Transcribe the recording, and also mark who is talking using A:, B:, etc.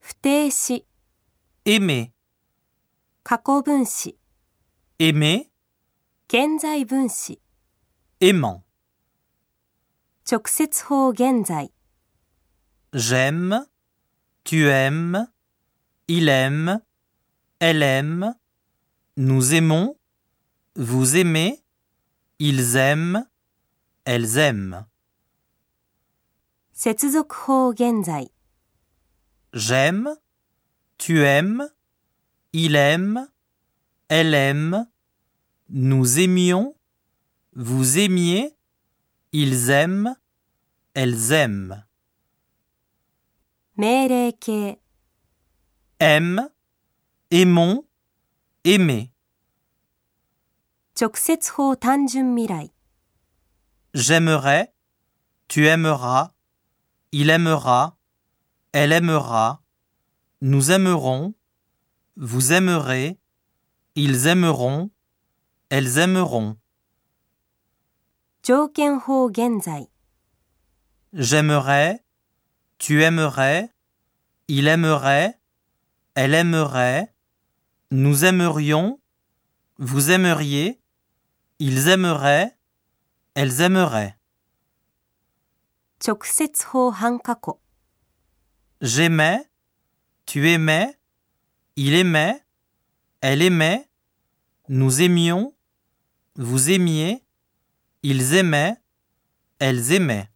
A: 不定詞、
B: aimer,
A: 過去分詞、
B: aimer,
A: 現在分詞、
B: aimant.
A: 直接法現在、
B: J'aime, tu aimes, il aime, elle aime, nous aimons, vous aimez, ils aiment, elles aiment.
A: 接続法現在、
B: J'aime, tu aimes, il aime, elle aime, nous aimions, vous aimiez, ils aiment, elles aiment.
A: 命令形、
B: aime, aimons, aimer.
A: 直接法単純未来、
B: J'aimerais, tu aimeras, il aimera, elle aimera, nous aimerons, vous aimerez, ils aimeront, elles aimeront.
A: 条件法現在、
B: J'aimerais, tu aimerais, il aimerait, elle aimerait, nous aimerions, vous aimeriez, ils aimeraient, elles aimeraient.
A: 直接法半過去、
B: J'aimais, tu aimais, il aimait, elle aimait, nous aimions, vous aimiez, ils aimaient, elles aimaient.